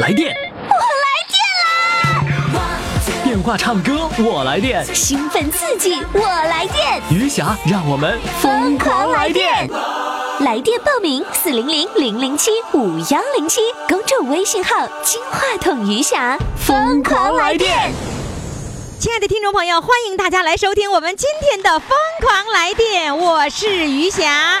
来电，我来电啦！电话唱歌，我来电。兴奋刺激，我来电，余霞，让我们疯狂来电！来电报名：四零零零零七五幺零七，公众微信号“金话筒余霞”，疯狂来电。亲爱的听众朋友，欢迎大家来收听我们今天的《疯狂来电》，我是余霞。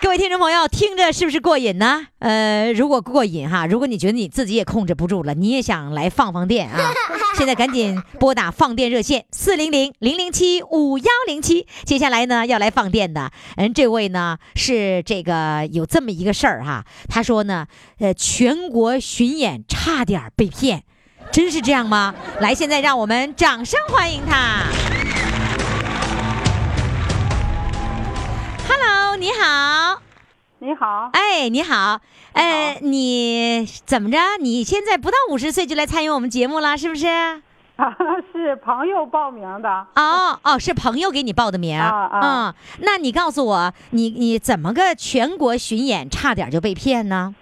各位听众朋友，听着是不是过瘾呢？呃，如果过瘾哈，如果你觉得你自己也控制不住了，你也想来放放电啊，现在赶紧拨打放电热线四零零零零七五幺零七。接下来呢，要来放电的，嗯，这位呢是这个有这么一个事儿哈，他说呢，呃，全国巡演差点被骗，真是这样吗？来，现在让我们掌声欢迎他。Hello，你好。你好， 哎，你好，呃，你怎么着？你现在不到五十岁就来参与我们节目了，是不是？啊，是朋友报名的。哦哦，是朋友给你报的名儿啊啊嗯那你告诉我，你你怎么个全国巡演差点就被骗呢？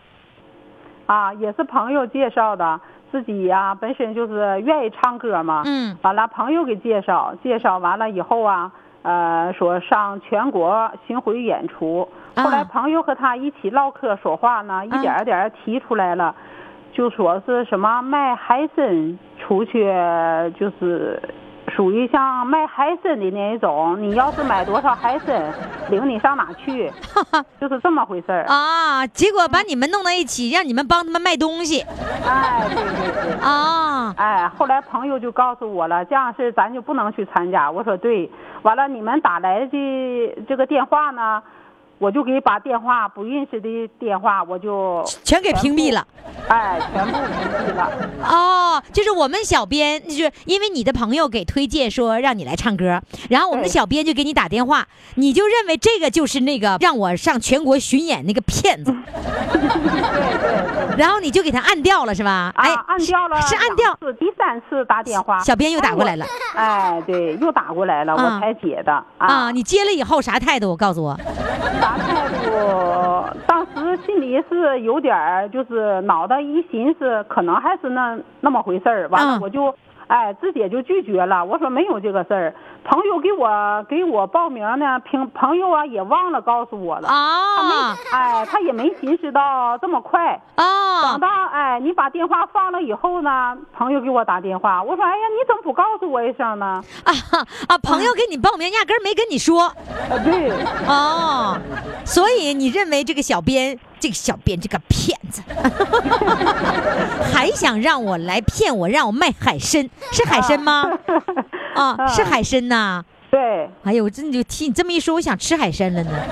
啊，也是朋友介绍的，自己呀、本身就是愿意唱歌嘛，嗯，完了朋友给介绍，介绍完了以后啊，呃，说上全国巡回演出，啊后来朋友和他一起唠嗑说话呢，一点儿一点儿提出来了，就说是什么卖海参出去，就是。属于像卖海参的那一种，你要是买多少海参，领你上哪 去，就是这么回事儿。啊，结果把你们弄到一起，让你们帮他们卖东西哎，对对对。啊。哎，后来朋友就告诉我了，这样是咱就不能去参加。我说对，完了你们打来的这个电话呢，我就给把电话不认识的电话我就全给屏蔽了，哎，全部屏蔽了。哦，就是我们小编，就是因为你的朋友给推荐说让你来唱歌，然后我们的对小编就给你打电话，你就认为这个就是那个让我上全国巡演那个骗 子，然后你就给他按掉了是吧？哎啊，按掉了啊是按掉两，次，第三次打电话，小编又打过来了哎。哎，对，又打过来了，啊我才接的啊！你接了以后啥态度？我告诉我，啥态度？当时心里是有点儿，就是脑袋一寻思，可能还是那那么回事儿。完了嗯，我就，哎，自己就拒绝了。我说没有这个事儿。朋友给我给我报名呢，朋朋友啊也忘了告诉我了。他啊没，哎，他也没寻思到这么快。啊等到哎，你把电话放了以后呢，朋友给我打电话，我说哎呀，你怎么不告诉我一声呢？啊啊！朋友给你报名，压根儿没跟你说呃，对， 哦，所以你认为这个小编，这个小编这个骗子， 还想让我来骗我，让我卖海参，是海参吗？啊，是海参呐、对，哎呦，我真的就听你这么一说，我想吃海参了呢。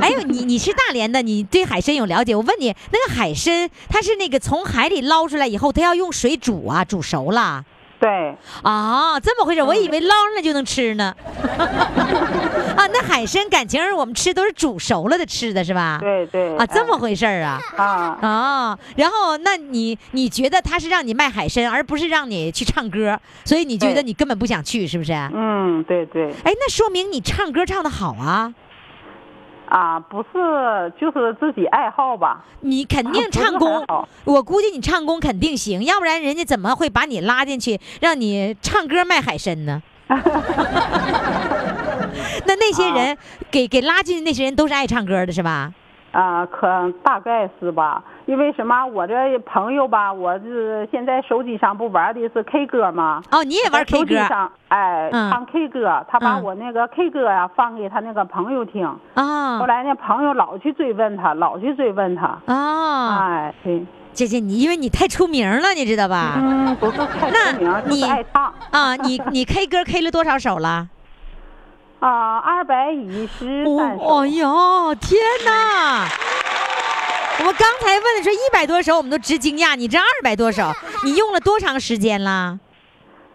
哎呦，你你是大连的，你对海参有了解？我问你，那个海参它是那个从海里捞出来以后，它要用水煮啊，煮熟了。对，啊，这么回事，嗯我以为捞上来就能吃 呢。啊，那海参感情我们吃都是煮熟了的吃的是吧？对对。啊，这么哎回事儿啊。啊。啊，然后那你你觉得他是让你卖海参，而不是让你去唱歌，所以你觉得对你根本不想去，是不是？哎，嗯，对对那说明你唱歌唱的好啊，啊，不是就是自己爱好吧？你肯定啊不是唱功很好，我估计你唱功肯定行，要不然人家怎么会把你拉进去让你唱歌卖海参 呢？那那些人、给给拉进去那些人都是爱唱歌的是吧？啊，可大概是吧。因为什么？我这朋友吧，我是现在手机上不玩的是 K 歌吗？哦，你也玩在 K 手机歌上，哎，嗯唱 K 歌，他把嗯我那个 K 歌呀、放给他那个朋友听。后啊来那朋友老去追问他，老去追问他。啊！哎，对，姐姐，你因为你太出名了，你知道吧？嗯，不是太那出名，就你是爱唱啊，你你 K 歌 K 了多少首了？ 啊，二百一十哦三首。哦哟，天哪！我们刚才问的说一百多首，我们都直惊讶，你这二百多 首，你用了多长时间啦？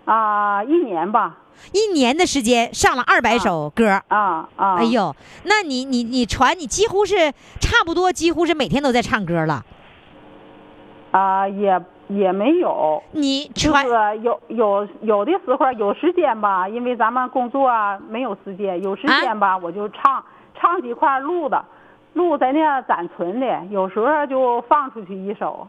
哦啊、一年吧，一年的时间上了二百首歌儿。啊啊，哎，呦，那你你你传你几乎是差不多，几乎是每天都在唱歌了。啊、也也没有，你就传是有有有的时候有时间吧，因为咱们工作啊没有时间，有啊时间吧、我就唱唱几块录的，录在那暂存的，有时候就放出去一首。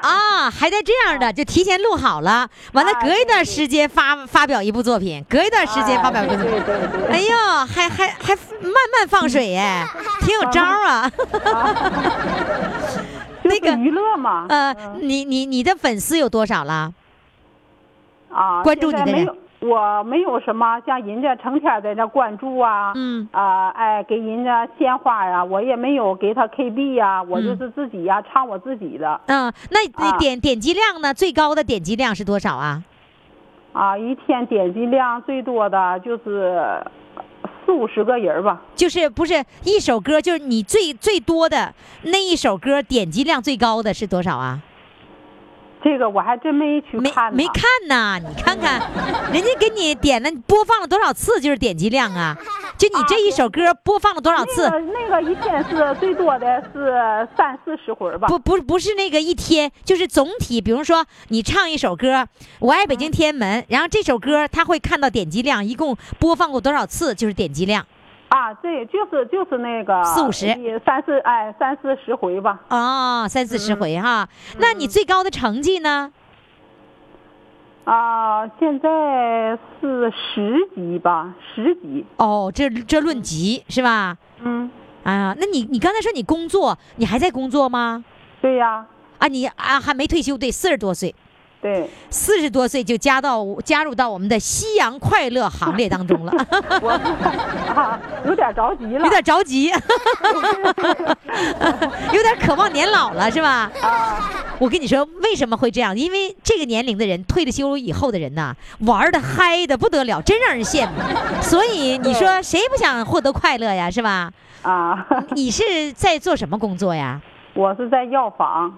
啊，还带这样的，就提前录好了，完了啊隔一段对对啊时间发发表一部作品，隔一段时间发表一部作品。对对对对哎呦，还还还慢慢放水 哎，挺有招儿啊。那就个是娱乐嘛。呃，你你你的粉丝有多少啦？啊，关注你的现在没人有。我没有什么像人家成天在那关注啊，嗯啊、哎，给人家鲜花啊，我也没有给他 KB 呀、我就是自己呀、唱我自己的嗯，那啊你点点击量呢？最高的点击量是多少啊？啊，一天点击量最多的就是四五十个人吧，就是不是一首歌，就是你最最多的那一首歌点击量最高的是多少啊？这个我还真没去没看呢没看呐，你看看，人家给你点了播放了多少次，就是点击量啊？就你这一首歌播放了多少次那？个那个一天是最多的是三四十回吧，不不不是那个一天，就是总体，比如说你唱一首歌《我爱北京天安门》，然后这首歌他会看到点击量，一共播放过多少次，就是点击量。啊，对，就是就是那个四五十也三四哎三四十回吧，哦，三四十回哈，那你最高的成绩呢？啊，现在是十级吧，十级。哦，这这论级是吧？嗯，啊，那你你刚才说你工作，你还在工作吗？对呀，啊，你啊还没退休，对，四十多岁， 对，四十多岁就加到加入到我们的夕阳快乐行列当中了，我 啊有点着急了有点着急，有点渴望年老了是吧？啊，我跟你说，为什么会这样？因为这个年龄的人，退了休以后的人呐、玩的嗨的不得了，真让人羡慕。所以你说谁不想获得快乐呀，是吧？啊， 你是在做什么工作呀？我是在药房，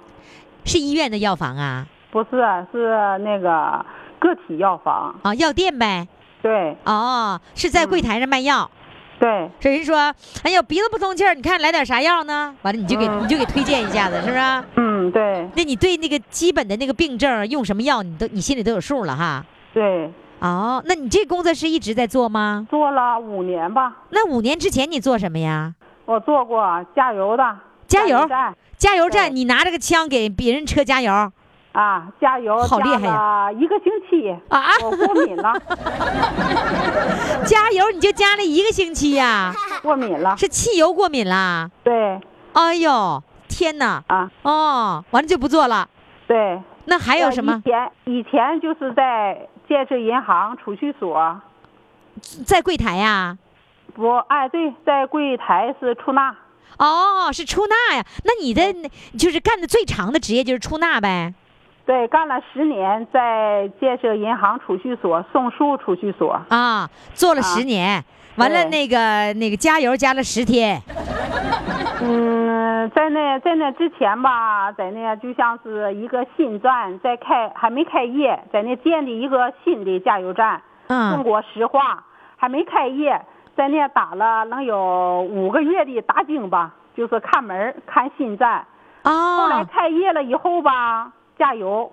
是医院的药房啊？不是是那个个体药房，啊，药店呗？对哦，是在柜台上卖药。对，这人说：“哎呦，鼻子不通气儿，你看来点啥药呢？”完了，你就给、嗯你就给推荐一下子，是不是？嗯对那你对那个基本的那个病症用什么药，你都你心里都有数了哈。对，哦，那你这工作是一直在做吗？做了五年吧，那五年之前你做什么呀？我做过加油的，加油站加油站，对你拿着个枪给别人车加油啊啊，加油，好厉害呀！一个星期，啊！我过敏了， 加油你就加了一个星期呀、过敏了，是汽油过敏啦？对哎呦，天哪！啊，哦，完了就不做了。对。那还有呃什以么？前以前就是在建设银行、储蓄所，在柜台呀、不，哎，对，在柜台是出纳，哦，是出纳呀？那你的就是干的最长的职业就是出纳呗？对，干了十年，在建设银行、储蓄所、宋树储蓄所，啊，做了十啊年，完了对那个那个加油加了十天，嗯，在那在那之前吧，在那就像是一个新站在开，还没开业，在那建的一个新的加油站，中嗯，国石化还没开业，在那打了能有五个月的打井吧，就是看门儿看新站。后来哦开业了以后吧，加油，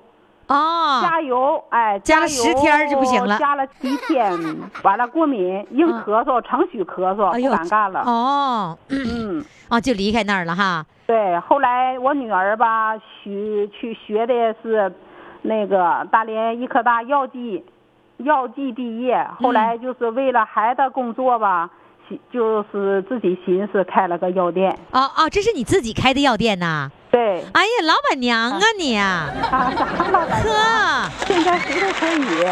哦，加油，哎，加了油10天儿就不行了加了七天，完了过敏，硬咳嗽，成宿咳嗽，哎不呦敢干了。哦，嗯嗯，哦，就离开那儿了哈。对，后来我女儿吧，学去学的是那个大连医科大药剂，药剂毕业。后来就是为了孩子工作吧，寻就是自己寻思开了个药店。哦哦，这是你自己开的药店呐？对，哎呀，老板娘啊你呀、啊，啥老板娘，呵，现在谁都可以。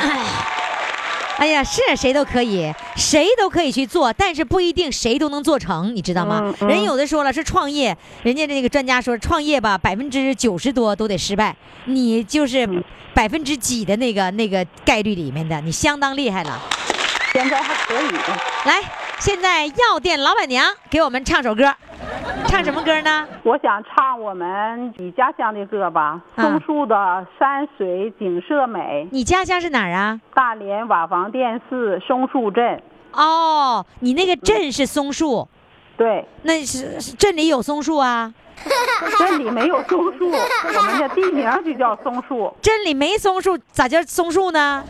哎呀，是谁都可以，谁都可以去做，但是不一定谁都能做成，你知道吗嗯？嗯人有的说了是创业，人家那个专家说创业吧，百分之九十多都得失败，你就是嗯百分之几的那个那个概率里面的，你相当厉害了。现在还可以。来，现在药店老板娘给我们唱首歌，唱什么歌呢？我想唱我们你家乡的歌吧，嗯松树的山水景色美，你家家是哪儿啊？大连瓦房店是松树镇，哦，你那个镇是松树，对，那是是镇里有松树啊？ 镇里没有松树，我们的地名就叫松树。镇里没松树，咋叫松树呢？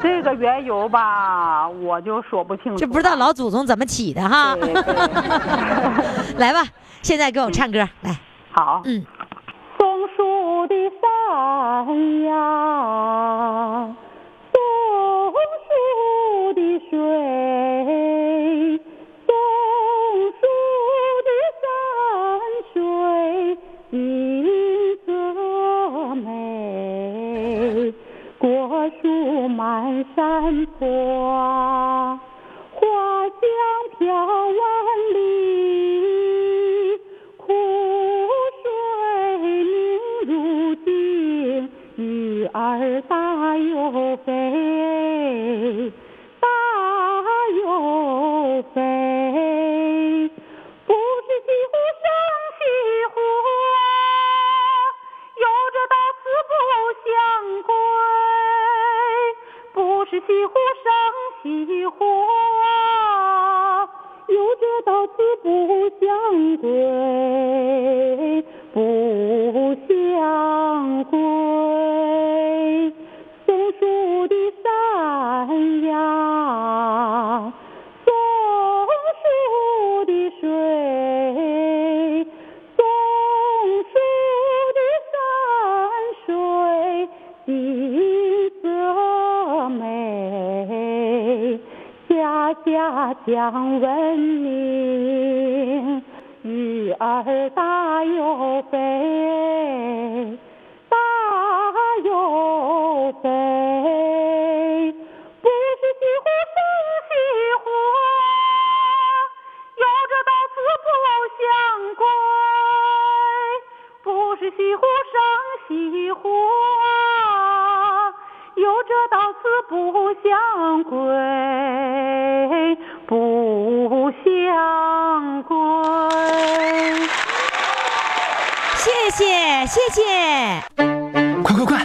这个缘由吧，我就说不清楚了，这不知道老祖宗怎么起的哈对。对来吧，现在给我唱歌，来，好。嗯，松树的山呀，松树的水，松树的山水景色美，果树满山坡。花香飘万里，苦水明如镜，鱼儿大又肥，大又肥，不是西湖上西湖，有着大慈不相归。不是西湖上西湖，有着到此不相归，不相归。松树的山呀，松树的水，松树的山水景色美，家家讲文明，鱼儿大又肥，大又肥。不是西湖上西湖，有着到此不相归。不是西湖上西湖，啊有着到此不相归，不相归。谢谢谢谢。快快快，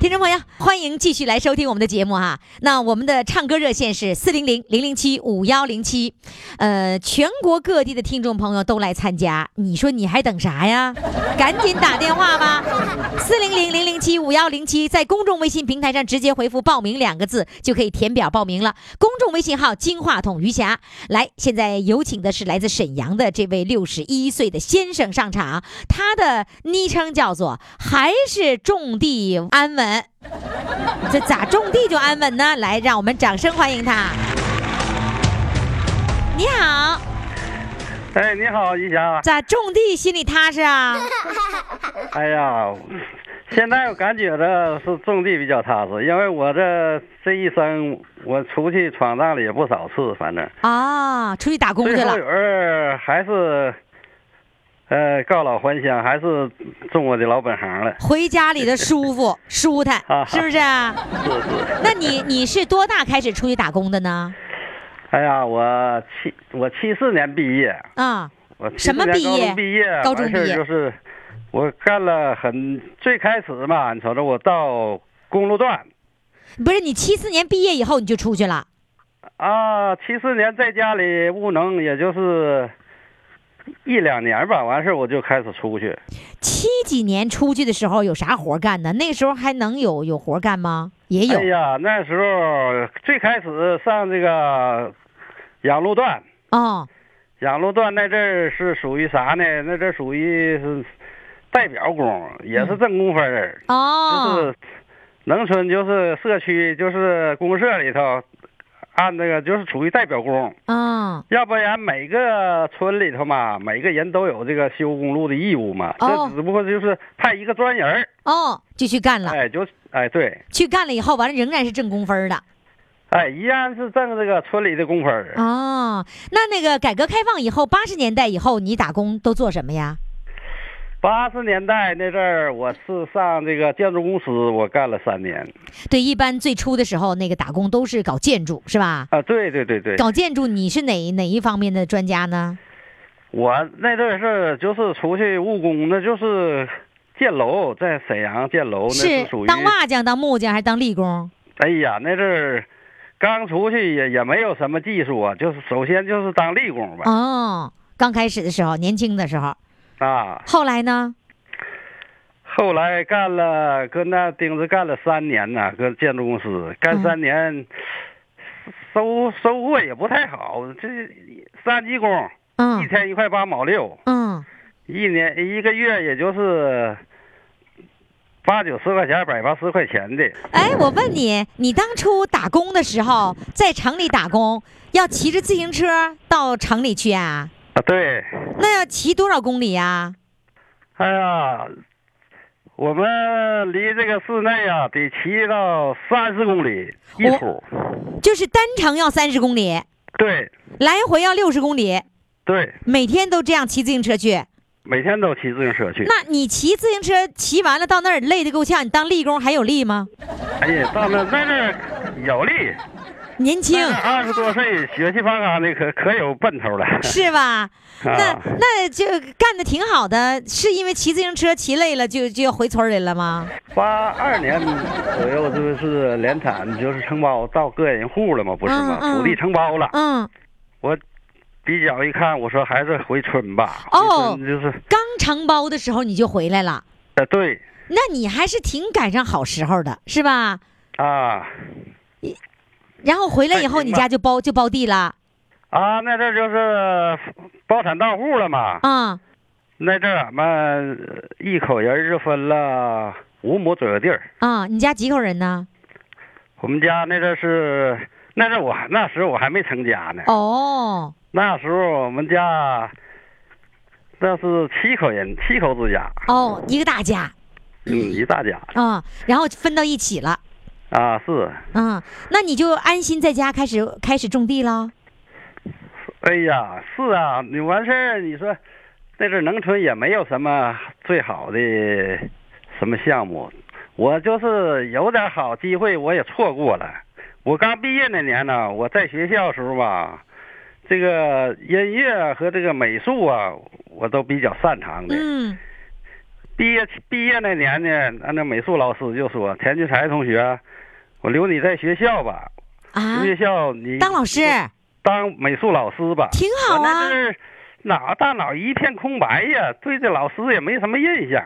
听众朋友，欢迎继续来收听我们的节目哈。那我们的唱歌热线是四零零零零七五幺零七，呃，全国各地的听众朋友都来参加，你说你还等啥呀？赶紧打电话吧，四零零零零七五幺零七，在公众微信平台上直接回复“报名”两个字就可以填表报名了。公众微信号“金话筒余霞”。来，现在有请的是来自沈阳的这位六十一岁的先生上场，他的昵称叫做“还是种地安稳”。这咋种地就安稳呢？来，让我们掌声欢迎他。你好，哎，你好，一霞。咋种地心里踏实啊？哎呀，现在我感觉着是种地比较踏实，因为我这这一生我出去闯荡了也不少次，反正啊，出去打工去最后了有人还是，呃，告老还乡，还是种我的老本行了。回家里的舒 服舒坦啊，是不是啊？是是。那你你是多大开始出去打工的呢？哎呀，我七我七四年毕业，啊、我74什么年毕高中业毕业，高中完事儿毕业就是我干了很最开始嘛，你瞅着我到公路段。不是你七四年毕业以后你就出去了啊，七四年在家里务农，也就是一两年吧，完事儿我就开始出去。七几年出去的时候有啥活干呢？那时候还能有有活干吗？也有哎呀，那时候最开始上这个养路段，哦养路段那阵儿是属于啥呢？那阵儿属于是代表工，也是挣工分儿，就哦是农村就是社区就是公社里头，按那个就是属于代表工。嗯要不然每个村里头嘛，每个人都有这个修公路的义务嘛。哦这只不过就是派一个专人儿，哦，就去干了，哎，就哎对，去干了以后完了仍然是挣工分儿的。哎，依然是挣这个村里的工分儿。哦，那那个改革开放以后，八十年代以后，你打工都做什么呀？八十年代那阵儿，我是上这个建筑公司，我干了三年。对，一般最初的时候，那个打工都是搞建筑，是吧？啊，对对对对，搞建筑，你是哪哪一方面的专家呢？我那阵儿是就是出去务工，那就是建楼，在沈阳建楼，那是属于当瓦匠、当木匠还是当力工？哎呀，那阵儿刚出去也也没有什么技术啊，就是首先就是当力工吧。哦，刚开始的时候，年轻的时候，啊，后来呢？后来干了跟那钉子干了三年呢，跟建筑公司干三年，收收获也不太好，这三级工一嗯天一块八毛六，嗯，一年一个月也就是八九十块钱，百八十块钱的。哎，我问你，你当初打工的时候，在城里打工，要骑着自行车到城里去啊？啊，对，那要骑多少公里啊呀、哎呀，我们离这个市内啊，得骑到三十公里一我土。就是单程要三十公里，对来回要六十公里，对，每天都这样骑自行车去。每天都骑自行车去。那你骑自行车骑完了到那儿累得够呛，你当力工还有力吗？哎呀，到了那阵儿有力，年轻二十多岁血气方刚的，可可有奔头了。 是吧？那啊，那就干的挺好的，是因为骑自行车骑累了就就要回村儿来了吗？八二年左右就是联产，就是承包到个人户了嘛，不是吗？嗯嗯土地承包了，嗯，我比较一看，我说还是回村吧。哦回村就是，刚承包的时候你就回来了，呃，对那你还是挺赶上好时候的，是吧？啊。然后回来以后，哎明你白家就包就包地了啊，那阵儿就是包产到户了嘛。啊、那阵儿俺们一口人儿就分了五亩左右地儿。啊、你家几口人呢？我们家那阵儿是，那阵儿我还那时候我还没成家呢。哦，那时候我们家那是七口人，七口之家，哦，一个大家嗯，一大家啊、然后分到一起了。啊，是。嗯，那你就安心在家开始开始种地了。哎呀，是啊，你完事儿，你说那阵儿农村也没有什么最好的什么项目，我就是有点好机会我也错过了。我刚毕业那年呢，我在学校时候吧，这个音乐和这个美术啊，我都比较擅长的。嗯，毕业毕业那年呢，俺那美术老师就说：“田俊才同学，我留你在学校吧，啊，学校你当老师嗯当美术老师吧。”挺我好那啊阵。儿脑大脑一片空白呀，对这老师也没什么印象。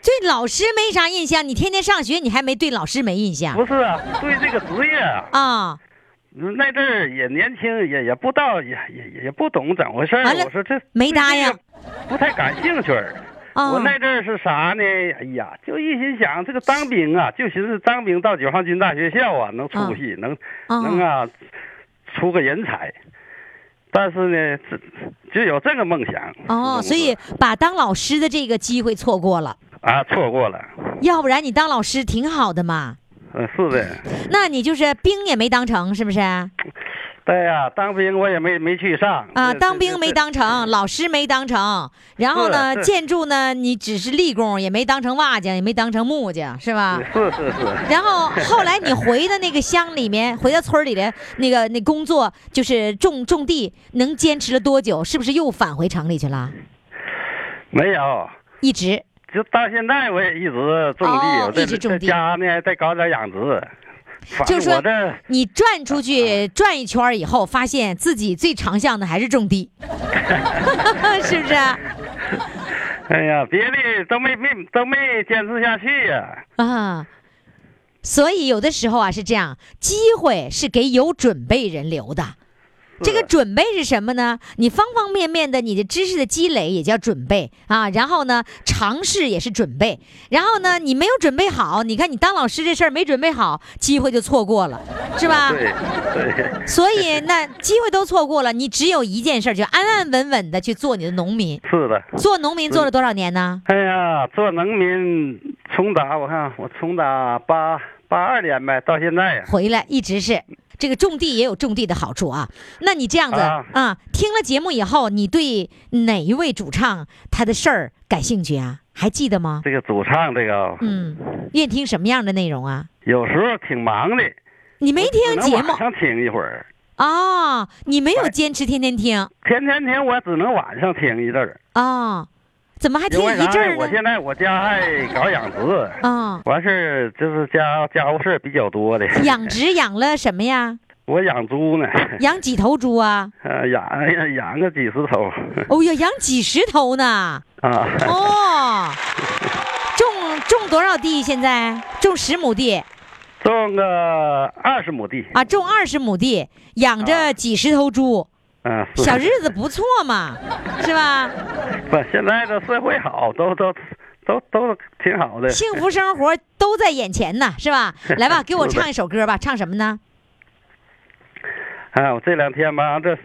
对老师没啥印象，你天天上学，你还没对老师没印象不是啊，对这个职业啊，嗯啊？那阵儿也年轻，也也不知道，也也也不懂怎么回事儿。完了我说这没答应，不太感兴趣儿。啊我那阵儿是啥呢？哎呀，就一心想这个当兵啊，就寻思当兵到解放军大学校啊，能出息，能能啊啊，出个人才。但是呢，这只有这个梦想哦，所以把当老师的这个机会错过了，啊，错过了。要不然你当老师挺好的嘛。嗯，是的。那你就是兵也没当成，是不是？啊，对呀、当兵我也没没去上这当兵没当成，这老师没当成，然后呢，是是建筑呢，你只是力工，也没当成瓦匠，也没当成木匠，是吧？是是是，然后后来你回到那个乡里面，回到村儿里的那个那工作，就是种种地，能坚持了多久？是不是又返回城里去了？没有，一直就到现在我也一直种地，哦我在一直种在地家呢再搞点养殖，反就正是说我这嗯你转出去转一圈儿以后，发现自己最长项的还是种 地， 是啊不是？哎呀，别的都没没都没坚持下去呀、啊，所以有的时候啊是这样，机会是给有准备人留的。这个准备是什么呢？你方方面面的你的知识的积累也叫准备啊，然后呢，尝试也是准备，然后呢，你没有准备好，你看你当老师这事儿没准备好，机会就错过了，是吧？对对，所以那机会都错过了，你只有一件事儿，就安安稳稳的去做你的农民。是的。做农民做了多少年呢？哎呀，做农民从打我看我从打八八二年呗到现在呀、回来一直是，这个种地也有种地的好处啊。那你这样子啊啊、听了节目以后，你对哪一位主唱他的事儿感兴趣啊？还记得吗？这个主唱这个，嗯，愿听什么样的内容啊？有时候挺忙的，你没听只节能目晚上听一会儿，啊、哦？你没有坚持天天听天天听我只能晚上听一阵儿。啊、哦？怎么还听因为一啥阵儿我呢？现在我家爱搞养殖，啊、完事儿就是家家务事儿比较多的。养殖养了什么呀？我养猪呢，养几头猪啊？呃，养养个几十头哦呀，养几十头呢！啊。哦，种种多少地？现在种十亩地种个二十亩地，啊，种二十亩地，养着几十头猪，嗯、是小日子不错嘛，是吧？不，现在的社会好，都都都都挺好的。幸福生活都在眼前呢，是吧？来吧，给我唱一首歌吧，唱什么呢？啊，我这两天吧，这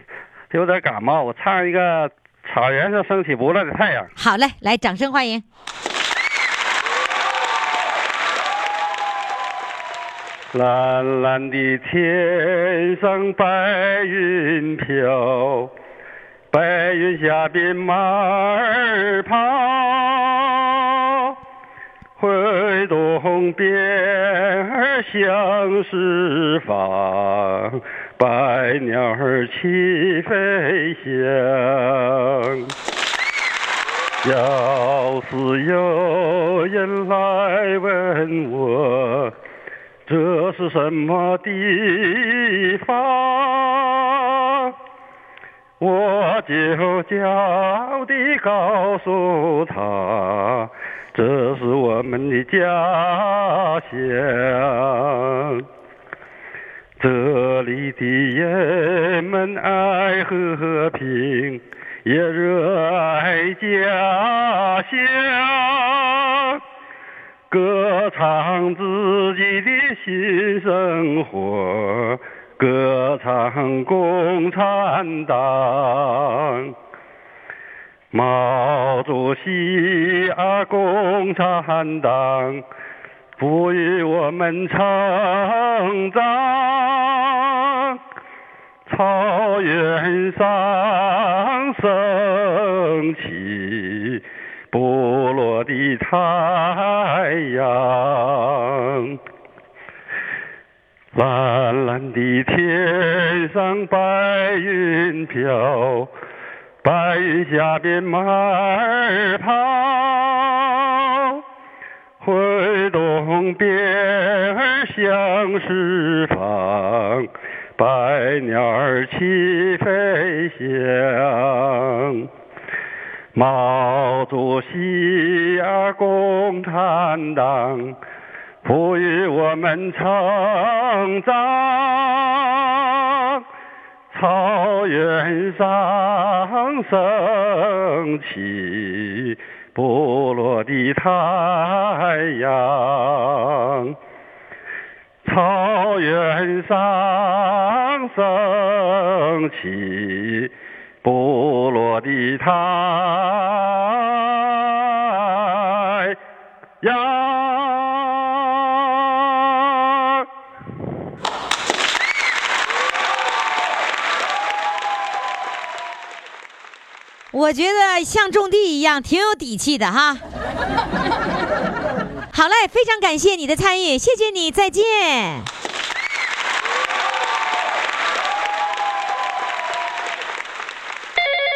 有点感冒，我唱一个《草原上升起不落的太阳》。好嘞，来，掌声欢迎。蓝蓝的天上白云飘，白云下边马儿跑，回东边儿向四方，白鸟儿齐飞翔。要是有人来问我，这是什么地方？我就骄地告诉他，这是我们的家乡。这里的人们爱和平，也热爱家乡。歌唱自己的新生活，歌唱共产党。毛主席啊，共产党赋予我们成长，草原上升起不落的太阳。蓝蓝的天上白云飘，白云下边马儿跑，回东边儿向四方，白鸟儿齐飞翔。毛主席啊，共产党赋予我们成长，草原上升起不落的太阳。草原上升起部落的太阳。我觉得像种地一样，挺有底气的哈。好嘞，非常感谢你的参与，谢谢你，再见。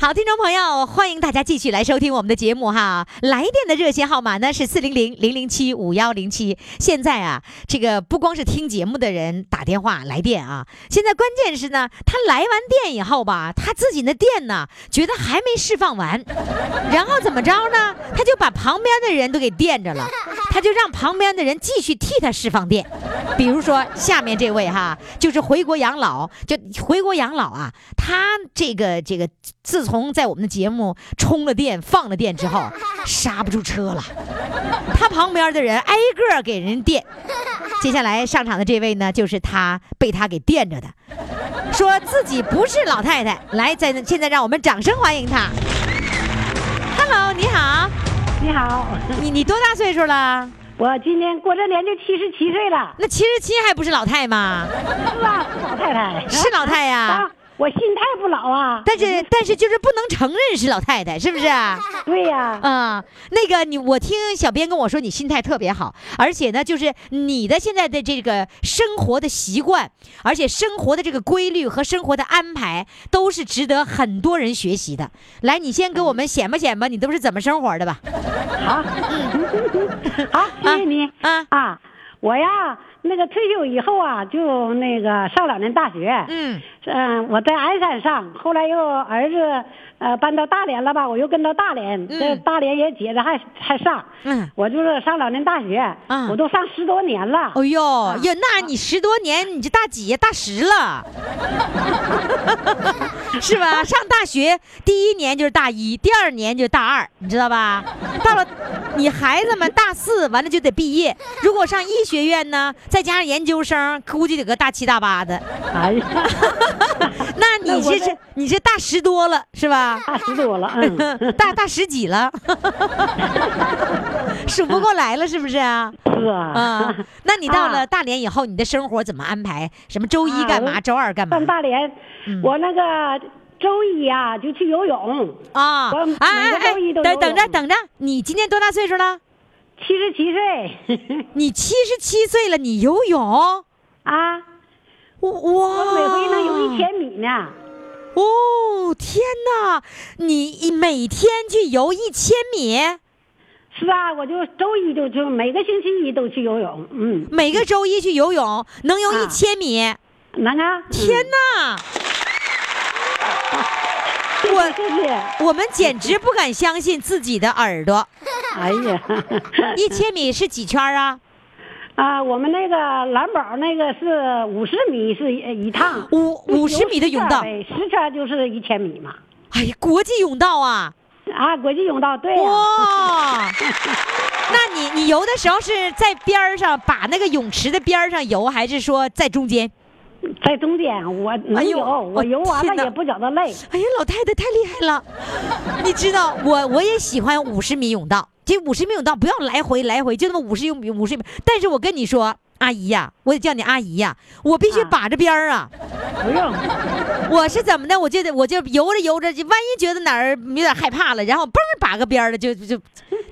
好，听众朋友，欢迎大家继续来收听我们的节目哈。来电的热线号码呢是四零零零零七五幺零七。现在啊，这个不光是听节目的人打电话来电啊，现在关键是呢，他来完电以后吧，他自己的电呢觉得还没释放完，然后怎么着呢？他就把旁边的人都给电着了。他就让旁边的人继续替他释放电。比如说下面这位哈，就是回国养老，就回国养老啊，他这个这个，自从在我们的节目充了电、放了电之后，刹不住车了。他旁边的人挨个儿给人电。接下来上场的这位呢，就是他被他给电着的，说自己不是老太太。来，在现在让我们掌声欢迎他。Hello，你好，你好，你你多大岁数了？我今年过这年就七十七岁了，那七十七还不是老太吗？是吧？是老太太，是老太呀、啊，我心态不老啊。但是但是就是不能承认是老太太，是不是啊？对呀、嗯，那个你，我听小编跟我说你心态特别好，而且呢，就是你的现在的这个生活的习惯，而且生活的这个规律和生活的安排，都是值得很多人学习的。来，你先给我们显摆显摆，你都是怎么生活的吧？好，好，啊谢谢你啊啊！我呀，那个退休以后啊，就那个上两年大学，嗯，嗯，我在鞍山上，后来又儿子呃搬到大连了吧，我又跟到大连，这大连也接着还还上，嗯我就是上两年大学，嗯我都上十多年了，哎呦呀，那你十多年，你这大几呀？大十了， 是吧？上大学第一年就是大一，第二年就是大二，你知道吧？到了你孩子们大四完了就得毕业，如果上医学院呢，再加上研究生，估计得个大七大八的。 哎呀，那你这是你这大十多了是吧？ 大十多了，嗯。大大十几了， 数不过来了是不是啊？是啊啊，那你到了啊大连以后，你的生活怎么安排？什么周一啊干我嘛，周二干嘛上？大连，嗯我那个周一呀、就去游泳，啊我啊每个哎哎周一都等游等着泳等着，你今年多大岁数了？七十七岁 你七十七岁了，你游泳？哇！啊，我每回能游一千米呢。哦，天哪！你每天去游一千米，是啊，我就周一就就每个星期一都去游泳，嗯，每个周一去游泳，能游一啊千米？能啊，天哪！ 我嗯谢谢，我们简直不敢相信自己的耳朵。哎 呀，一千米是几圈啊？啊，我们那个蓝宝那个是五十米是一一趟， 五五十米的泳道，十圈就是一千米嘛，哎呀，国际泳道啊！啊，国际泳道对呀、哇， 那你你游的时候是在边儿上，把那个泳池的边儿上游，还是说在中间？在中间，我哎能呦游，我我游完天了哪也不觉得累。哎呀，老太太太厉害了！你知道我我也喜欢五十米泳道，这五十米泳道不要来回来回，就那么五十米五十米。但是我跟你说，阿姨呀、我得叫你阿姨呀、我必须啊把着边儿啊！不用，我是怎么的？我就得我就游着游着，就万一觉得哪儿有点害怕了，然后嘣儿把个边儿了，就就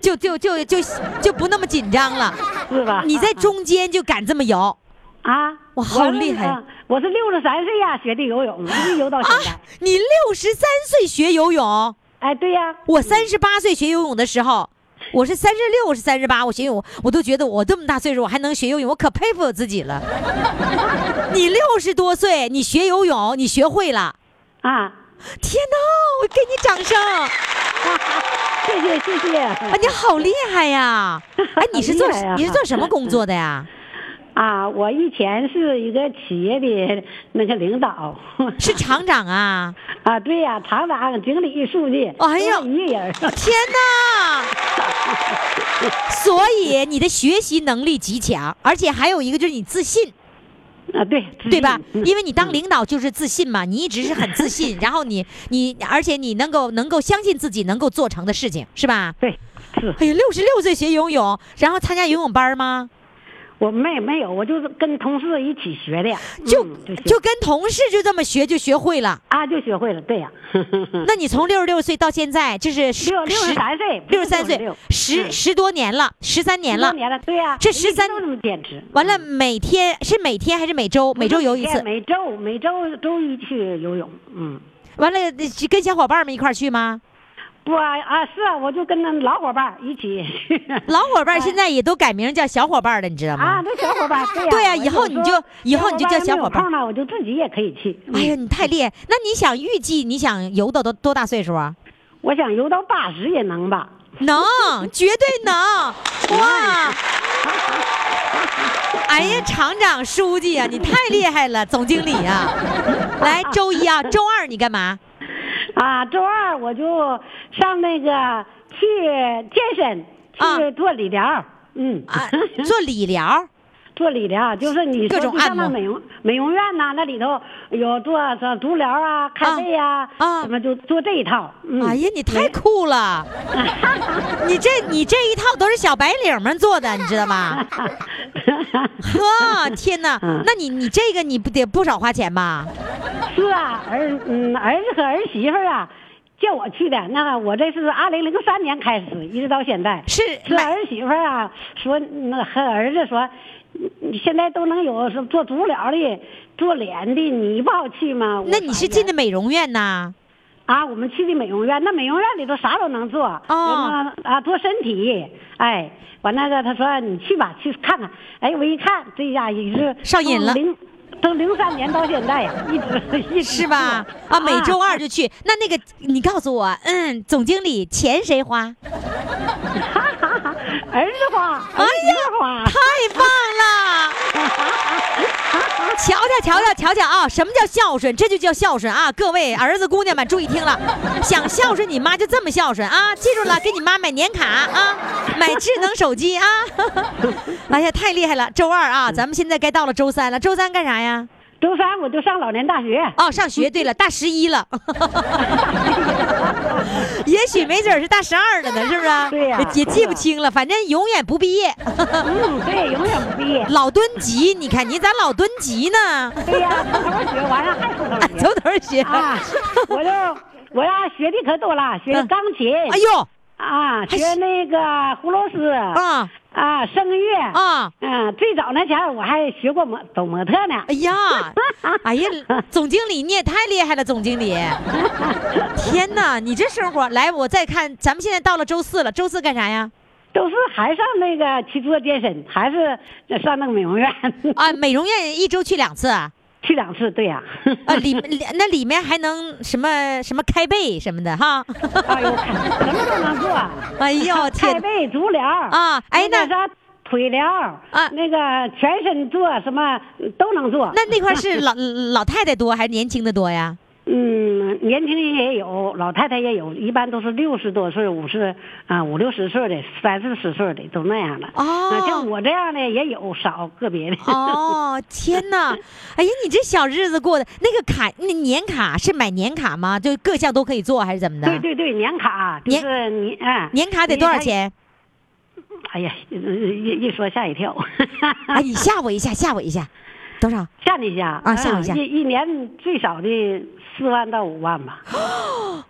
就就就就就不那么紧张了。是吧？你在中间就敢这么游啊，哇好厉害我是！我是六十三岁呀、学的游 泳，一直游到现在。啊！你六十三岁学游泳，哎，对呀、我三十八岁学游泳的时候，我是三十六，我是三十八，我学游泳，我都觉得我这么大岁数我还能学游泳，我可佩服我自己了。你六十多岁，你学游泳，你学会了，啊，天哪！我给你掌声，啊，谢谢谢谢 你好厉害 呀！哎，你是做厉害呀你是做什么工作的 呀？啊！我以前是一个企业的那个领导，是厂长啊？啊，对呀、厂长、经理、书记，哎呀都是一个人。天哪！所以你的学习能力极强，而且还有一个就是你自信，啊，对对吧？嗯因为你当领导就是自信嘛，你一直是很自信，然后你你，而且你能够能够相信自己能够做成的事情，是吧？对，是哎呀，六十六岁学游泳，然后参加游泳班吗？我没没有，我就是跟同事一起学的，就、嗯就学就跟同事就这么学就学会了。啊就学会了，对呀、那你从六十六岁到现在，这是十嗯六六十三岁，六十三岁六，嗯十十多年了，十三年了。年了，对呀、这一直13都这么坚持。完了，每天是每天还是每周？每周游一次。每周每周周一去游泳，嗯，完了，是跟小伙伴们一块儿去吗？不啊啊是啊，我就跟那老伙伴一起老伙伴儿现在也都改名叫小伙伴儿了，你知道啊，吗？那小伙伴 对呀、对呀我以后你就说以后你就叫小伙伴没有空了，我就自己也可以去。嗯哎呀，，你太厉 害！那你想预计你想游到多多大岁数啊？我想游到八十也能吧？能，绝对 能！哇！哎呀，厂长、书记呀、啊你太厉害了，总经理呀、来，周一啊，周二你干嘛？啊，周二我就上那个去健身，啊去做理疗。嗯，啊，做理疗。做理疗就是你各说种去上那按摩美容美容院呐、那里头有做做足疗啊、开背呀、啊什么就做这一套。嗯、哎呀，你太酷 了！你这你这一套都是小白领们做的，你知道吗？ 呵，天哪！嗯那你你这个你不得不少花钱吧？是啊，儿嗯儿子和儿媳妇儿啊，叫我去的。那我这是二零零三年开始，一直到现在。是是买儿媳妇儿啊，说那和儿子说，你你现在都能有是做足疗的、做脸的，你不好去吗？那你是进的美容院呐？啊？我们去的美容院，那美容院里头啥都能做，哦啊、啊，做身体，哎，完那个他说你去吧，去看看。哎，我一看，这家也是上瘾了从零从零三年到现在呀，一直一直是 吧？做啊，每周嗯二就去。那那个，你告诉我，嗯，总经理钱谁花？儿子花，哎儿媳妇花，太棒了！ 瞧瞧瞧瞧瞧瞧啊！什么叫孝顺？这就叫孝顺啊！各位儿子姑娘们注意听了，想孝顺你妈就这么孝顺啊！记住了，给你妈买年卡啊，买智能手机啊！ 哎呀，太厉害了！周二啊，咱们现在该到了周三了，周三干啥呀？周三我就上老年大学。哦，上学。对了，大十一了， 也许没准儿是大十二了呢，是不是？对呀也记不清了，反正永远不毕业。嗯，对，永远不毕业。老蹲级，你看你咋老蹲级 呢？对哎呀、从头学完了还从 头从学头学。啊！我就我呀学的可多了，学钢琴，哎呦啊，学那个葫芦丝啊啊，声乐啊！嗯，最早那前儿我还学过模走模特呢哎。 呀，哎呀，总经理你也太厉害了，总 经理！天哪，你这生活来，我再看，咱们现在到了周四了，周四干啥呀？都是还上那个去做健身，还是上那个美容院啊，美容院一周去两次啊，去两次。对呀、啊 里里那里面还能什么什么开背什么的 哈。哎呦，什么都能做。哎呦太天，背、足疗啊哎那那个啥腿疗啊那个全身做什么都能做。那那块是老老太太多还是年轻的多呀？嗯，年轻人也有，老太太也有，一般都是六十多岁、五十啊五六十岁的、三四十岁的都那样的。哦啊像我这样的也有少个别的。 哦，天哪！哎呀，你这小日子过的那个卡，那年卡是买年卡吗？就各项都可以做还是怎么的？对对对，年卡就年是你啊，年卡得多少？ 钱？哎呀，一一一说吓一跳， 哎，你吓我一下，吓我一下，多少？吓你一下啊吓我一下一一年最少的四万到五万吧。哦，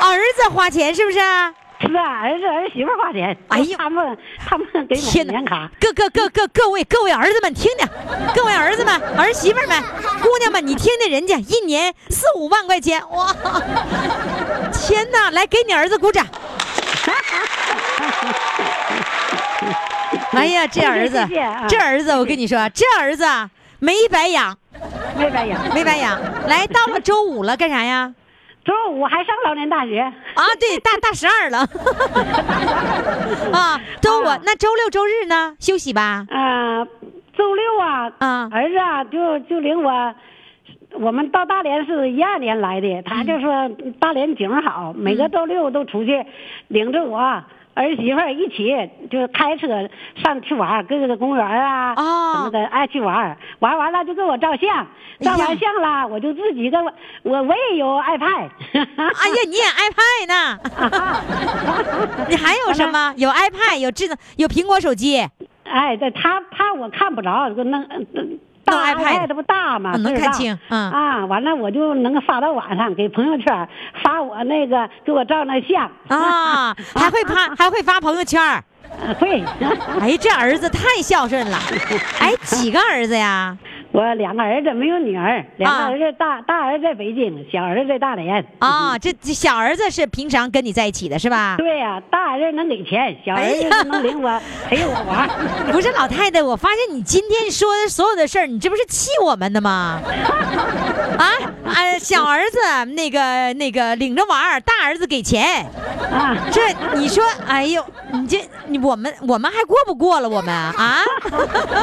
儿子花钱是不是啊？是啊，儿子儿媳妇花钱，哎呦他们他们给我天们年卡，各各各各各位各位儿子们听听，各位儿子们、儿媳妇儿们、姑娘们，你听听人家一年四五万块钱，哇！天哪，来给你儿子鼓掌！哎呀，这儿子谢谢啊，这儿子，我跟你说，这儿子啊没白养，没白 养。没白养。来，到了周五了，干啥呀？周五还上老年大学，啊，对，大大十二了。 啊，周五啊那周六周日呢？休息吧。啊、周六啊，啊儿子啊，就就领我，我们到大连是一二年来的，他就说大连景儿好，嗯每个周六都出去，领着我儿媳妇儿一起就开车上去玩儿，各个公园儿啊、哦什么的，爱去玩儿，玩完了就给我照相，照哎完呀相了，我就自己跟我我我也有 iPad，哎呀，你也 iPad 呢？你还有什么？有 iPad，有智能，有苹果手机，哎，对他怕我看不着，就弄嗯大 iPad iPad 不大嘛，嗯能岁数大看清嗯啊，完了我就能发到网上，给朋友圈发我那个给我照那相 啊，还会发，还会发朋友圈儿。啊会， 哎呀，这儿子太孝顺了。哎，几个儿子呀？我两个儿子没有女儿，两个啊儿子大大儿子在北京，小儿子在大连。啊，这这小儿子是平常跟你在一起的是吧？对呀、大儿子能给钱，小儿哎呀子能领我陪我玩。不是老太太，我发现你今天说的所有的事儿，你这不是气我们呢吗？啊，啊，小儿子那个那个领着娃儿，大儿子给钱， 啊。这你说，哎呦，你这你我们我们还过不过了我们啊？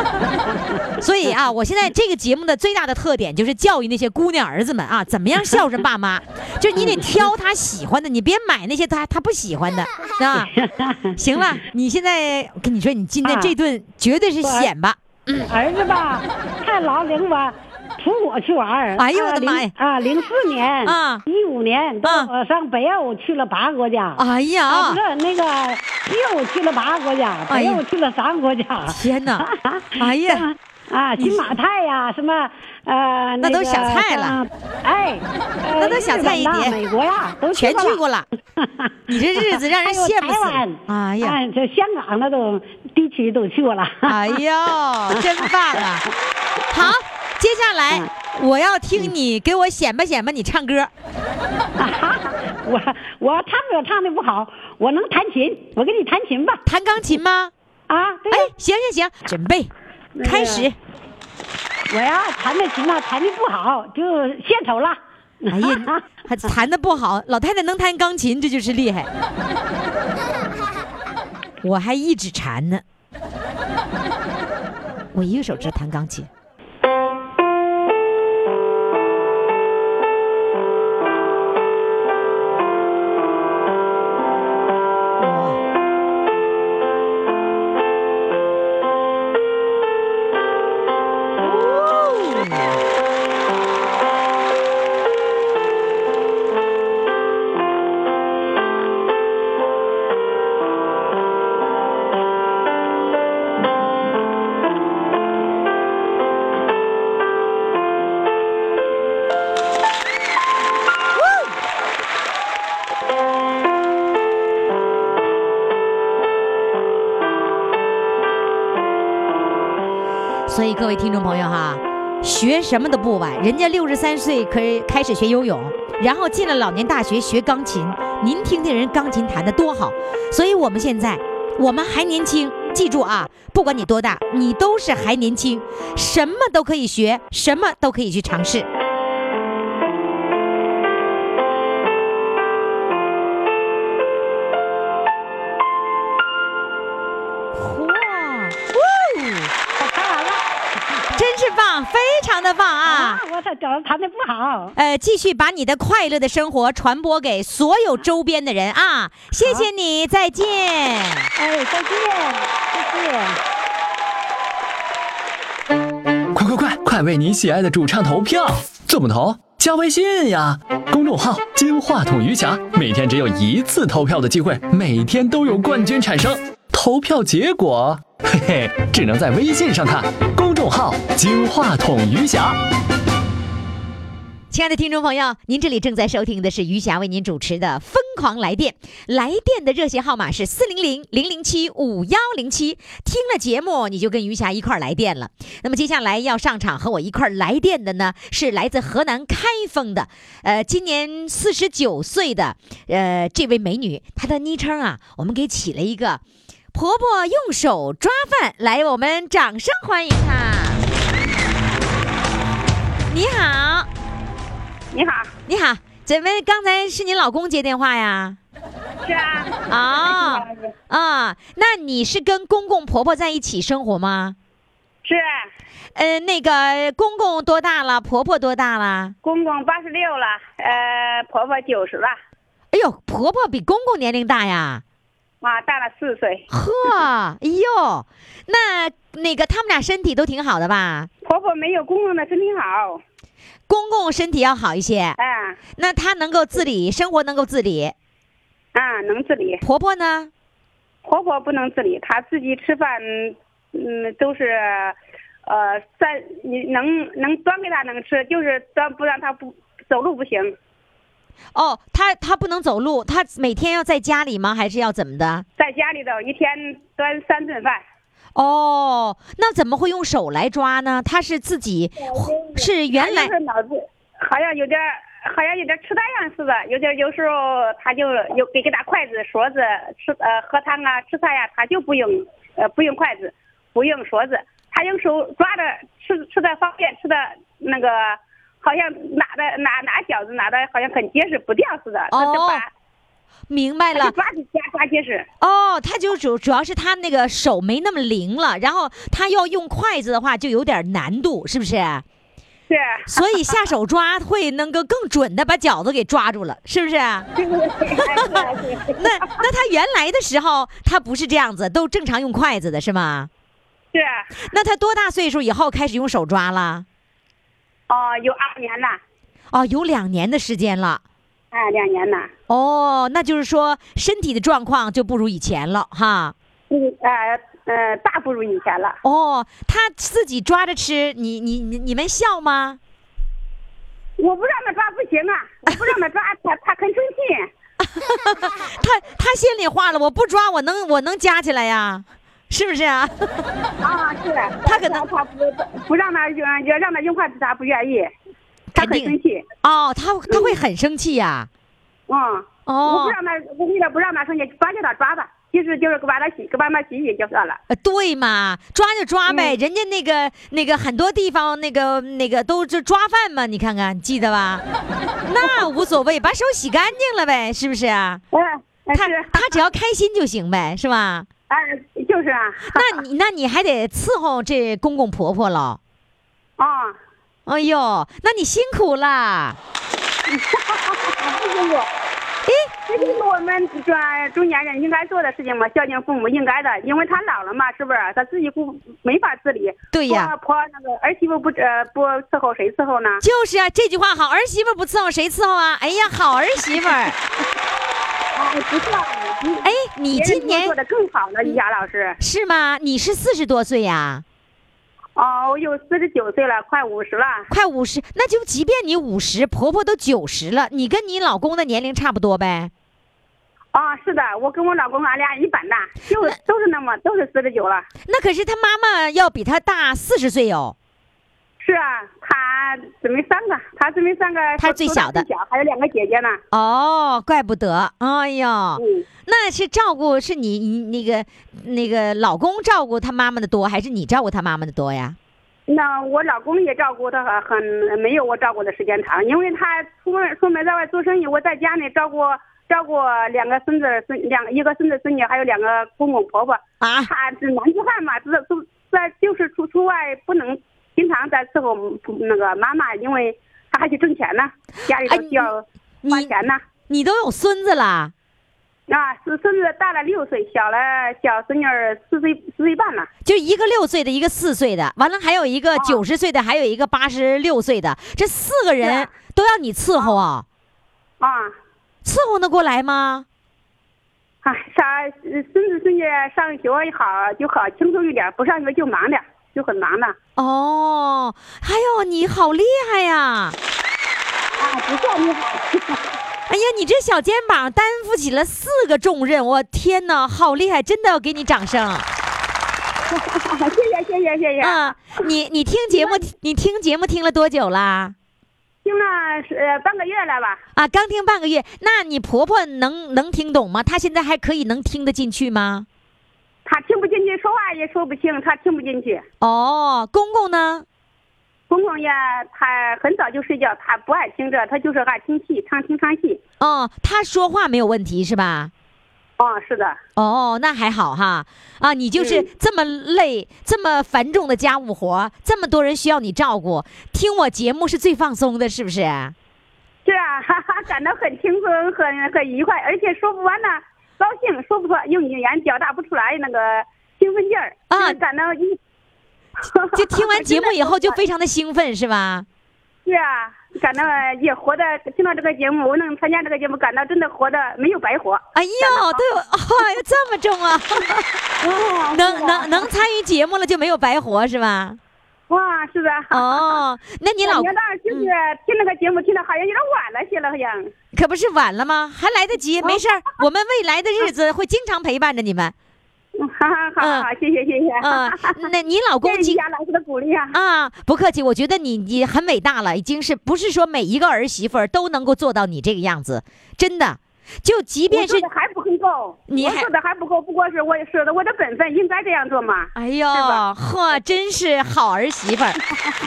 所以啊，我现在这个节目的最大的特点就是教育那些姑娘儿子们啊，怎么样孝顺爸妈，就是你得挑他喜欢的，你别买那些他他不喜欢的啊。行了，你现在跟你说，你今天这顿绝对是显吧。儿子 吧，太老领我扶我去玩儿。哎呦我的妈呀20！啊，零四年啊一五年都啊我上北欧去了八个国家。哎啊，呀不，是那个西欧去了八个国家，哎北呀欧去了三个国家。天哪！哎呀， 啊，金马泰呀、什么呃，那都个小菜了像。哎，呃 那都小菜一日本呐碟美国呀、都全去去过了。了。你这日子让人羡慕死 还有台了湾。哎呀，哎这香港那都地区都去过了。 哎呦，真棒啊！好，接下来我要听你给我显摆显摆你唱歌。 我我唱歌唱的不好，我能弹琴，我给你弹琴吧。弹钢琴吗？啊，对哎，行行行，准备那个开始。我呀弹的琴呐，弹的不好，就献丑了。哎呀， 还弹的不好，老太太能弹钢琴，这就是厉害。我还一指禅呢，我一个手指弹钢琴。所以各位听众朋友哈，学什么都不晚。人家六十三岁可以开始学游泳，然后进了老年大学学钢琴。您听听人钢琴弹的多好，所以我们现在我们还年轻。记住啊，不管你多大，你都是还年轻，什么都可以学，什么都可以去尝试。哇！弹完了真是棒，非常的棒啊！，我操，觉弹的不好。呃，继续把你的快乐的生活传播给所有周边的人啊！谢谢你，再见。哎，再见，再见。快快快，快为你喜爱的主唱投票！怎么投？加微信呀，公众号“金话筒余霞”，每天只有一次投票的机会，每天都有冠军产生。投票结果，嘿嘿，只能在微信上看。公众号“金话筒余霞”。亲爱的听众朋友，您这里正在收听的是余霞为您主持的《疯狂来电》，来电的热线号码是四零零零零七五幺零七。听了节目，你就跟余霞一块儿来电了。那么接下来要上场和我一块儿来电的呢，是来自河南开封的，呃，今年四十九岁的呃这位美女，她的昵称啊，我们给起了一个“婆婆用手抓饭”。来，我们掌声欢迎她。你好。你好，你好，怎么刚才是你老公接电话呀？是啊，啊、啊，那你是跟公公婆婆在一起生活吗？是呃，那个公公多大了？婆婆多大了？公公八十六了，呃，婆婆九十了，哎呦，婆婆比公公年龄大呀！啊，大了四岁。呵，哎呦，那那个他们俩身体都挺好的吧？婆婆没有公公的身体好，公公身体要好一些，啊那他能够自理，生活能够自理。啊，能自理。婆婆呢？婆婆不能自理，她自己吃饭，嗯，都是，呃，三你能能端给她能吃，就是端不让她不走路不行。哦，她她不能走路，她每天要在家里吗？还是要怎么的？在家里头一天端三顿饭，哦，那怎么会用手来抓呢？他是自己，是原来她就是脑子好像有点儿，好像有点儿痴呆啊样似的，有点儿有时候她就有给给她筷子、勺子吃呃喝汤啊、吃菜呀、她就不用呃不用筷子，啊不用勺子，她用手抓着吃吃的方便，吃的那个好像拿的拿拿饺子拿的好像很结实不掉似的，它就哦把明白它了就抓紧抓抓结实。哦，他就主主要是他那个手没那么灵了，然后他要用筷子的话就有点难度，是不是？是，所以下手抓会能够更准的把饺子给抓住了，是不是？对对对，是 那那他原来的时候他不是这样子，都正常用筷子的是吗？ 是，那他多大岁数以后开始用手抓了？哦，有二年了，哦，有两年的时间了。哎，两年了，哦，那就是说身体的状况就不如以前了哈。嗯，呃呃，大不如以前了。哦，他自己抓着吃，你你你你们笑吗？我不让他抓不行啊，我不让他抓，他他很生气。他他心里话了，我不抓我能我能夹起来呀，是不是啊？啊，是他可能他不不让他用，要让他用筷子，他不愿意， 他肯很生定气。哦，他他会很生气呀、嗯，我哦不，让他，我为了不让他生气，光叫他抓吧，就是就是把他洗，把他洗洗就算了。呃对嘛，抓就抓嗯呗，人家那个那个很多地方那个那个都是抓饭嘛，你看看记得吧？ 那无所谓，把手洗干净了呗，是不是啊？嗯，嗯他 是，他只要开心就行呗，是吧？哎，就是啊，那你那你还得伺候这公公婆婆喽。啊，哎呦，那你辛苦啦！不辛苦。哎，这就是我们这中年人应该做的事情嘛，孝敬父母应该的，因为他老了嘛，是不是？他自己不没法自理。对呀婆婆那个儿媳妇不呃不伺候谁伺候呢？哦就是啊，这句话好，儿媳妇不伺候谁伺候啊？哎呀，好儿媳妇儿！哎，不错，你哎，你别人今年做的更好了，于霞老师。是吗？你是四十多岁呀、哦，我有四十九岁了，快五十了。快五十，那就即便你五十，婆婆都九十了，你跟你老公的年龄差不多呗。啊、是的，我跟我老公俺俩一般大，就都是那么都是四十九了。那可是她妈妈要比她大四十岁哦。是啊，他准备三个，他准备三个，他是最小的最小还有两个姐姐呢。哦，怪不得，哎呦，嗯，那是照顾是你你那个那个老公照顾他妈妈的多，还是你照顾他妈妈的多呀？那我老公也照顾他很，很没有我照顾的时间长，因为他出门出门在外做生意，我在家里照顾照顾两个孙子孙两一个孙子孙女，还有两个公公婆婆。啊，他是男子汉嘛，这都在就是出出外不能经常在伺候那个妈妈，因为他还去挣钱呢，家里哎头需要你花钱呢。你都有孙子啦，啊，孙孙子大了六岁，小了小孙女儿四岁四岁半了。就一个六岁的，一个四岁的，完了还有一个九十岁的，还有一个八十六岁的，这四个人是都要你伺候啊，啊，伺候得过来吗？啊，啥孙子孙女儿上学好就好轻松一点，不上学就忙点，就很忙的。哦，哎呦，你好厉害呀！啊，不算厉害。哎呀，你这小肩膀担负起了四个重任，我天哪，好厉害！真的要给你掌声。 谢谢谢谢谢谢。啊，你你听节 目，你听节目听了多久啦？听了是呃半个月了吧？啊，刚听半个月。那你婆婆能能听懂吗？她现在还可以能听得进去吗？他听不进去，说话也说不清，他听不进去。哦，公公呢？公公呀，他很早就睡觉，他不爱听这，他就是爱听戏，唱听唱戏。哦，她说话没有问题是吧？哦，是的，哦，那还好哈。啊，你就是嗯这么累、这么繁重的家务活，这么多人需要你照顾，听我节目是最放松的，是不 是？是啊，哈哈，感到很轻松，很很愉快，而且说不完呢，高兴说不出，用语言表达不出来那个兴奋劲儿啊就是感到一。 就听完节目以后就非常的兴奋，是吧？ 是啊，感到也活的，听到这个节目，我能参加这个节目，感到真的活的没有白活。哎呦，对，哎呦，这么重啊！ 哦 能能能参与节目了就没有白活是吧？哇，是的。，啊 哦，那你老嗯感觉到就是听这个节目听的好像有点晚了些了，好像。 可不是晚了吗？还来得及，没事儿，我们未来的日子会经常陪伴着你们。嗯好好好好，谢谢谢谢。 嗯，那你老公谢谢经贾老师的鼓励啊。啊，不客气，我觉得你你很伟大了，已经是不是说每一个儿媳妇儿都能够做到你这个样子，真的。就即便是我做的还不够，你我还做的还不够，不光是我也是的，我的本分应该这样做嘛。哎呦，呵，真是好儿媳妇儿。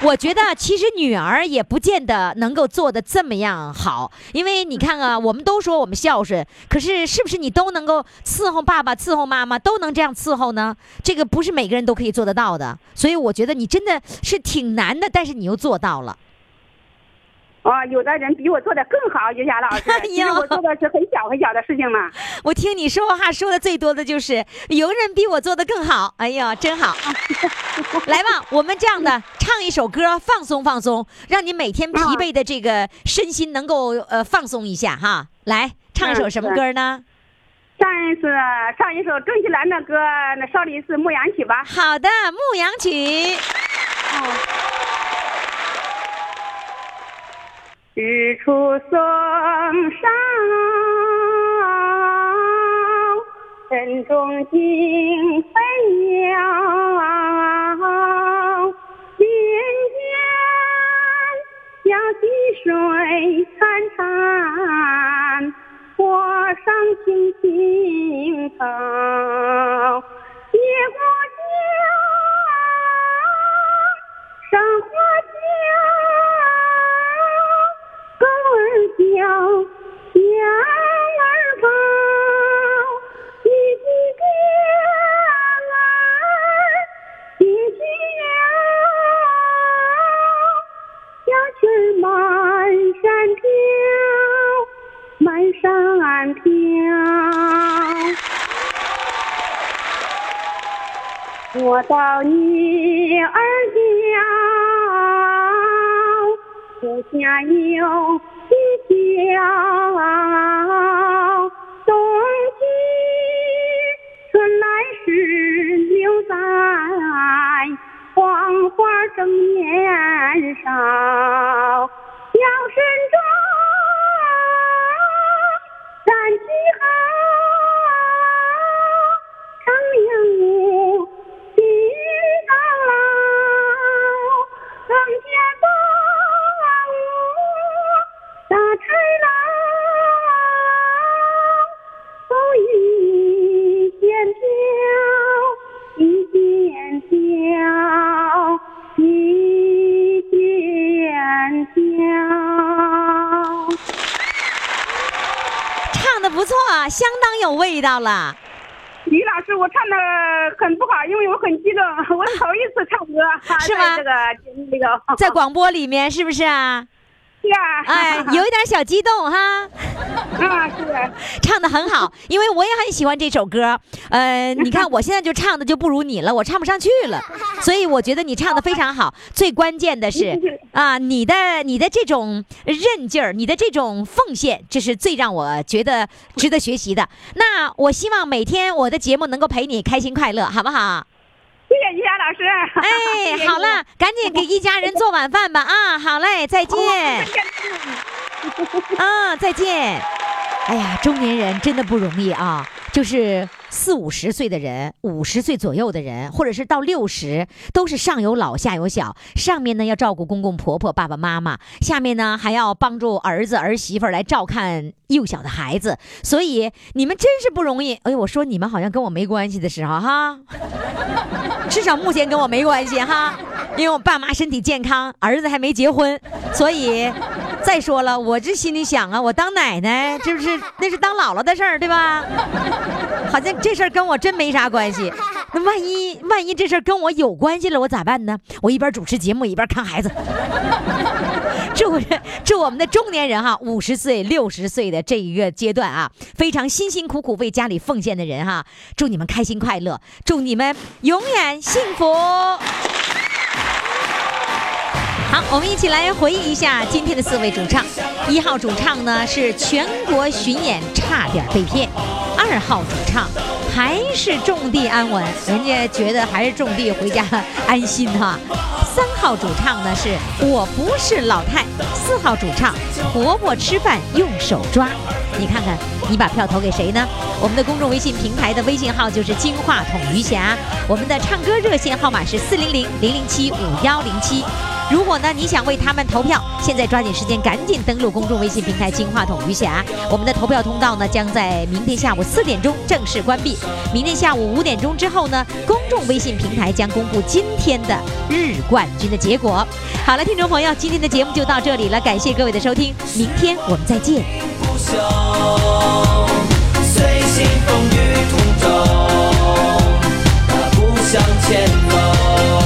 我觉得其实女儿也不见得能够做的这么样好，因为你看啊，我们都说我们孝顺，可是是不是你都能够伺候爸爸、伺候妈妈，都能这样伺候呢？这个不是每个人都可以做得到的。所以我觉得你真的是挺难的，但是你又做到了。啊，有的人比我做的更好，于霞老师哎，因为呦我做的是很小很小的事情嘛。我听你说话说的最多的就是有人比我做的更好，哎呀，真好！来吧，我们这样的唱一首歌放松放松，让你每天疲惫的这个身心能够呃放松一下哈。来唱一首什么歌呢？上一次上一首郑绪岚的歌，那少林寺牧羊曲吧。好的，《牧羊曲》。日出嵩山，晨钟惊飞鸟。林间小溪水潺潺，坡上青青草，野花香，山花香。高儿叫，羊儿跑，一起天儿一起摇，小曲儿满山飘，满山飘。我到你儿家，树下有一条冬去春来时留在黄花正年少，腰身中。山气好，张扬武，金刚老，更加高武，大豺狼，风雨一肩挑，一肩挑，一肩挑。唱的不错，相当有味道了。李老师，我唱的很不好，因为我很激动，我头一次唱歌，啊是吗在这个节目里头，在 广播里面是不是啊？是啊，哎，有一点小激动哈。 啊是，唱的很好，因为我也很喜欢这首歌。呃，你看我现在就唱的就不如你了，我唱不上去了，所以我觉得你唱的非常好。最关键的是啊，你的你的这种韧劲儿，你的这种奉献，这是最让我觉得值得学习的。那我希望每天我的节目能够陪你开心快乐，好不好？谢谢于霞老师。谢谢哎，你好了，赶紧给一家人做晚饭吧 啊！好嘞，再见。啊，再见。哎呀，中年人真的不容易啊，就是四五十岁的人，五十岁左右的人，或者是到六十，都是上有老下有小，上面呢要照顾公公婆婆、爸爸妈妈，下面呢还要帮助儿子儿媳妇儿来照看幼小的孩子，所以你们真是不容易。哎呦，我说你们好像跟我没关系的时候哈，至少目前跟我没关系哈，因为我爸妈身体健康，儿子还没结婚，所以再说了，我这心里想啊，我当奶奶这不是那是当姥姥的事儿，对吧？好像这事儿跟我真没啥关系。那万一万一这事儿跟我有关系了，我咋办呢？我一边主持节目一边看孩子。祝祝我们的中年人哈，五十岁、六十岁的这一个阶段啊，非常辛辛苦苦为家里奉献的人哈，祝你们开心快乐，祝你们永远幸福。好，我们一起来回忆一下今天的四位主唱。一号主唱呢是全国巡演差点被骗，二号主唱还是种地安稳，人家觉得还是种地回家安心哈、三号主唱呢是我不是老太，四号主唱婆婆吃饭用手抓。你看看，你把票投给谁呢？我们的公众微信平台的微信号就是金话筒余霞，我们的唱歌热线号码是四零零零零七五幺零七。如果呢你想为他们投票，现在抓紧时间，赶紧登录公众微信平台“金话筒余霞”。我们的投票通道呢将在明天下午四点钟正式关闭。明天下午五点钟之后呢，公众微信平台将公布今天的日冠军的结果。好了，听众朋友，今天的节目就到这里了，感谢各位的收听，明天我们再见。不朽，随心风雨同舟，大步向前走。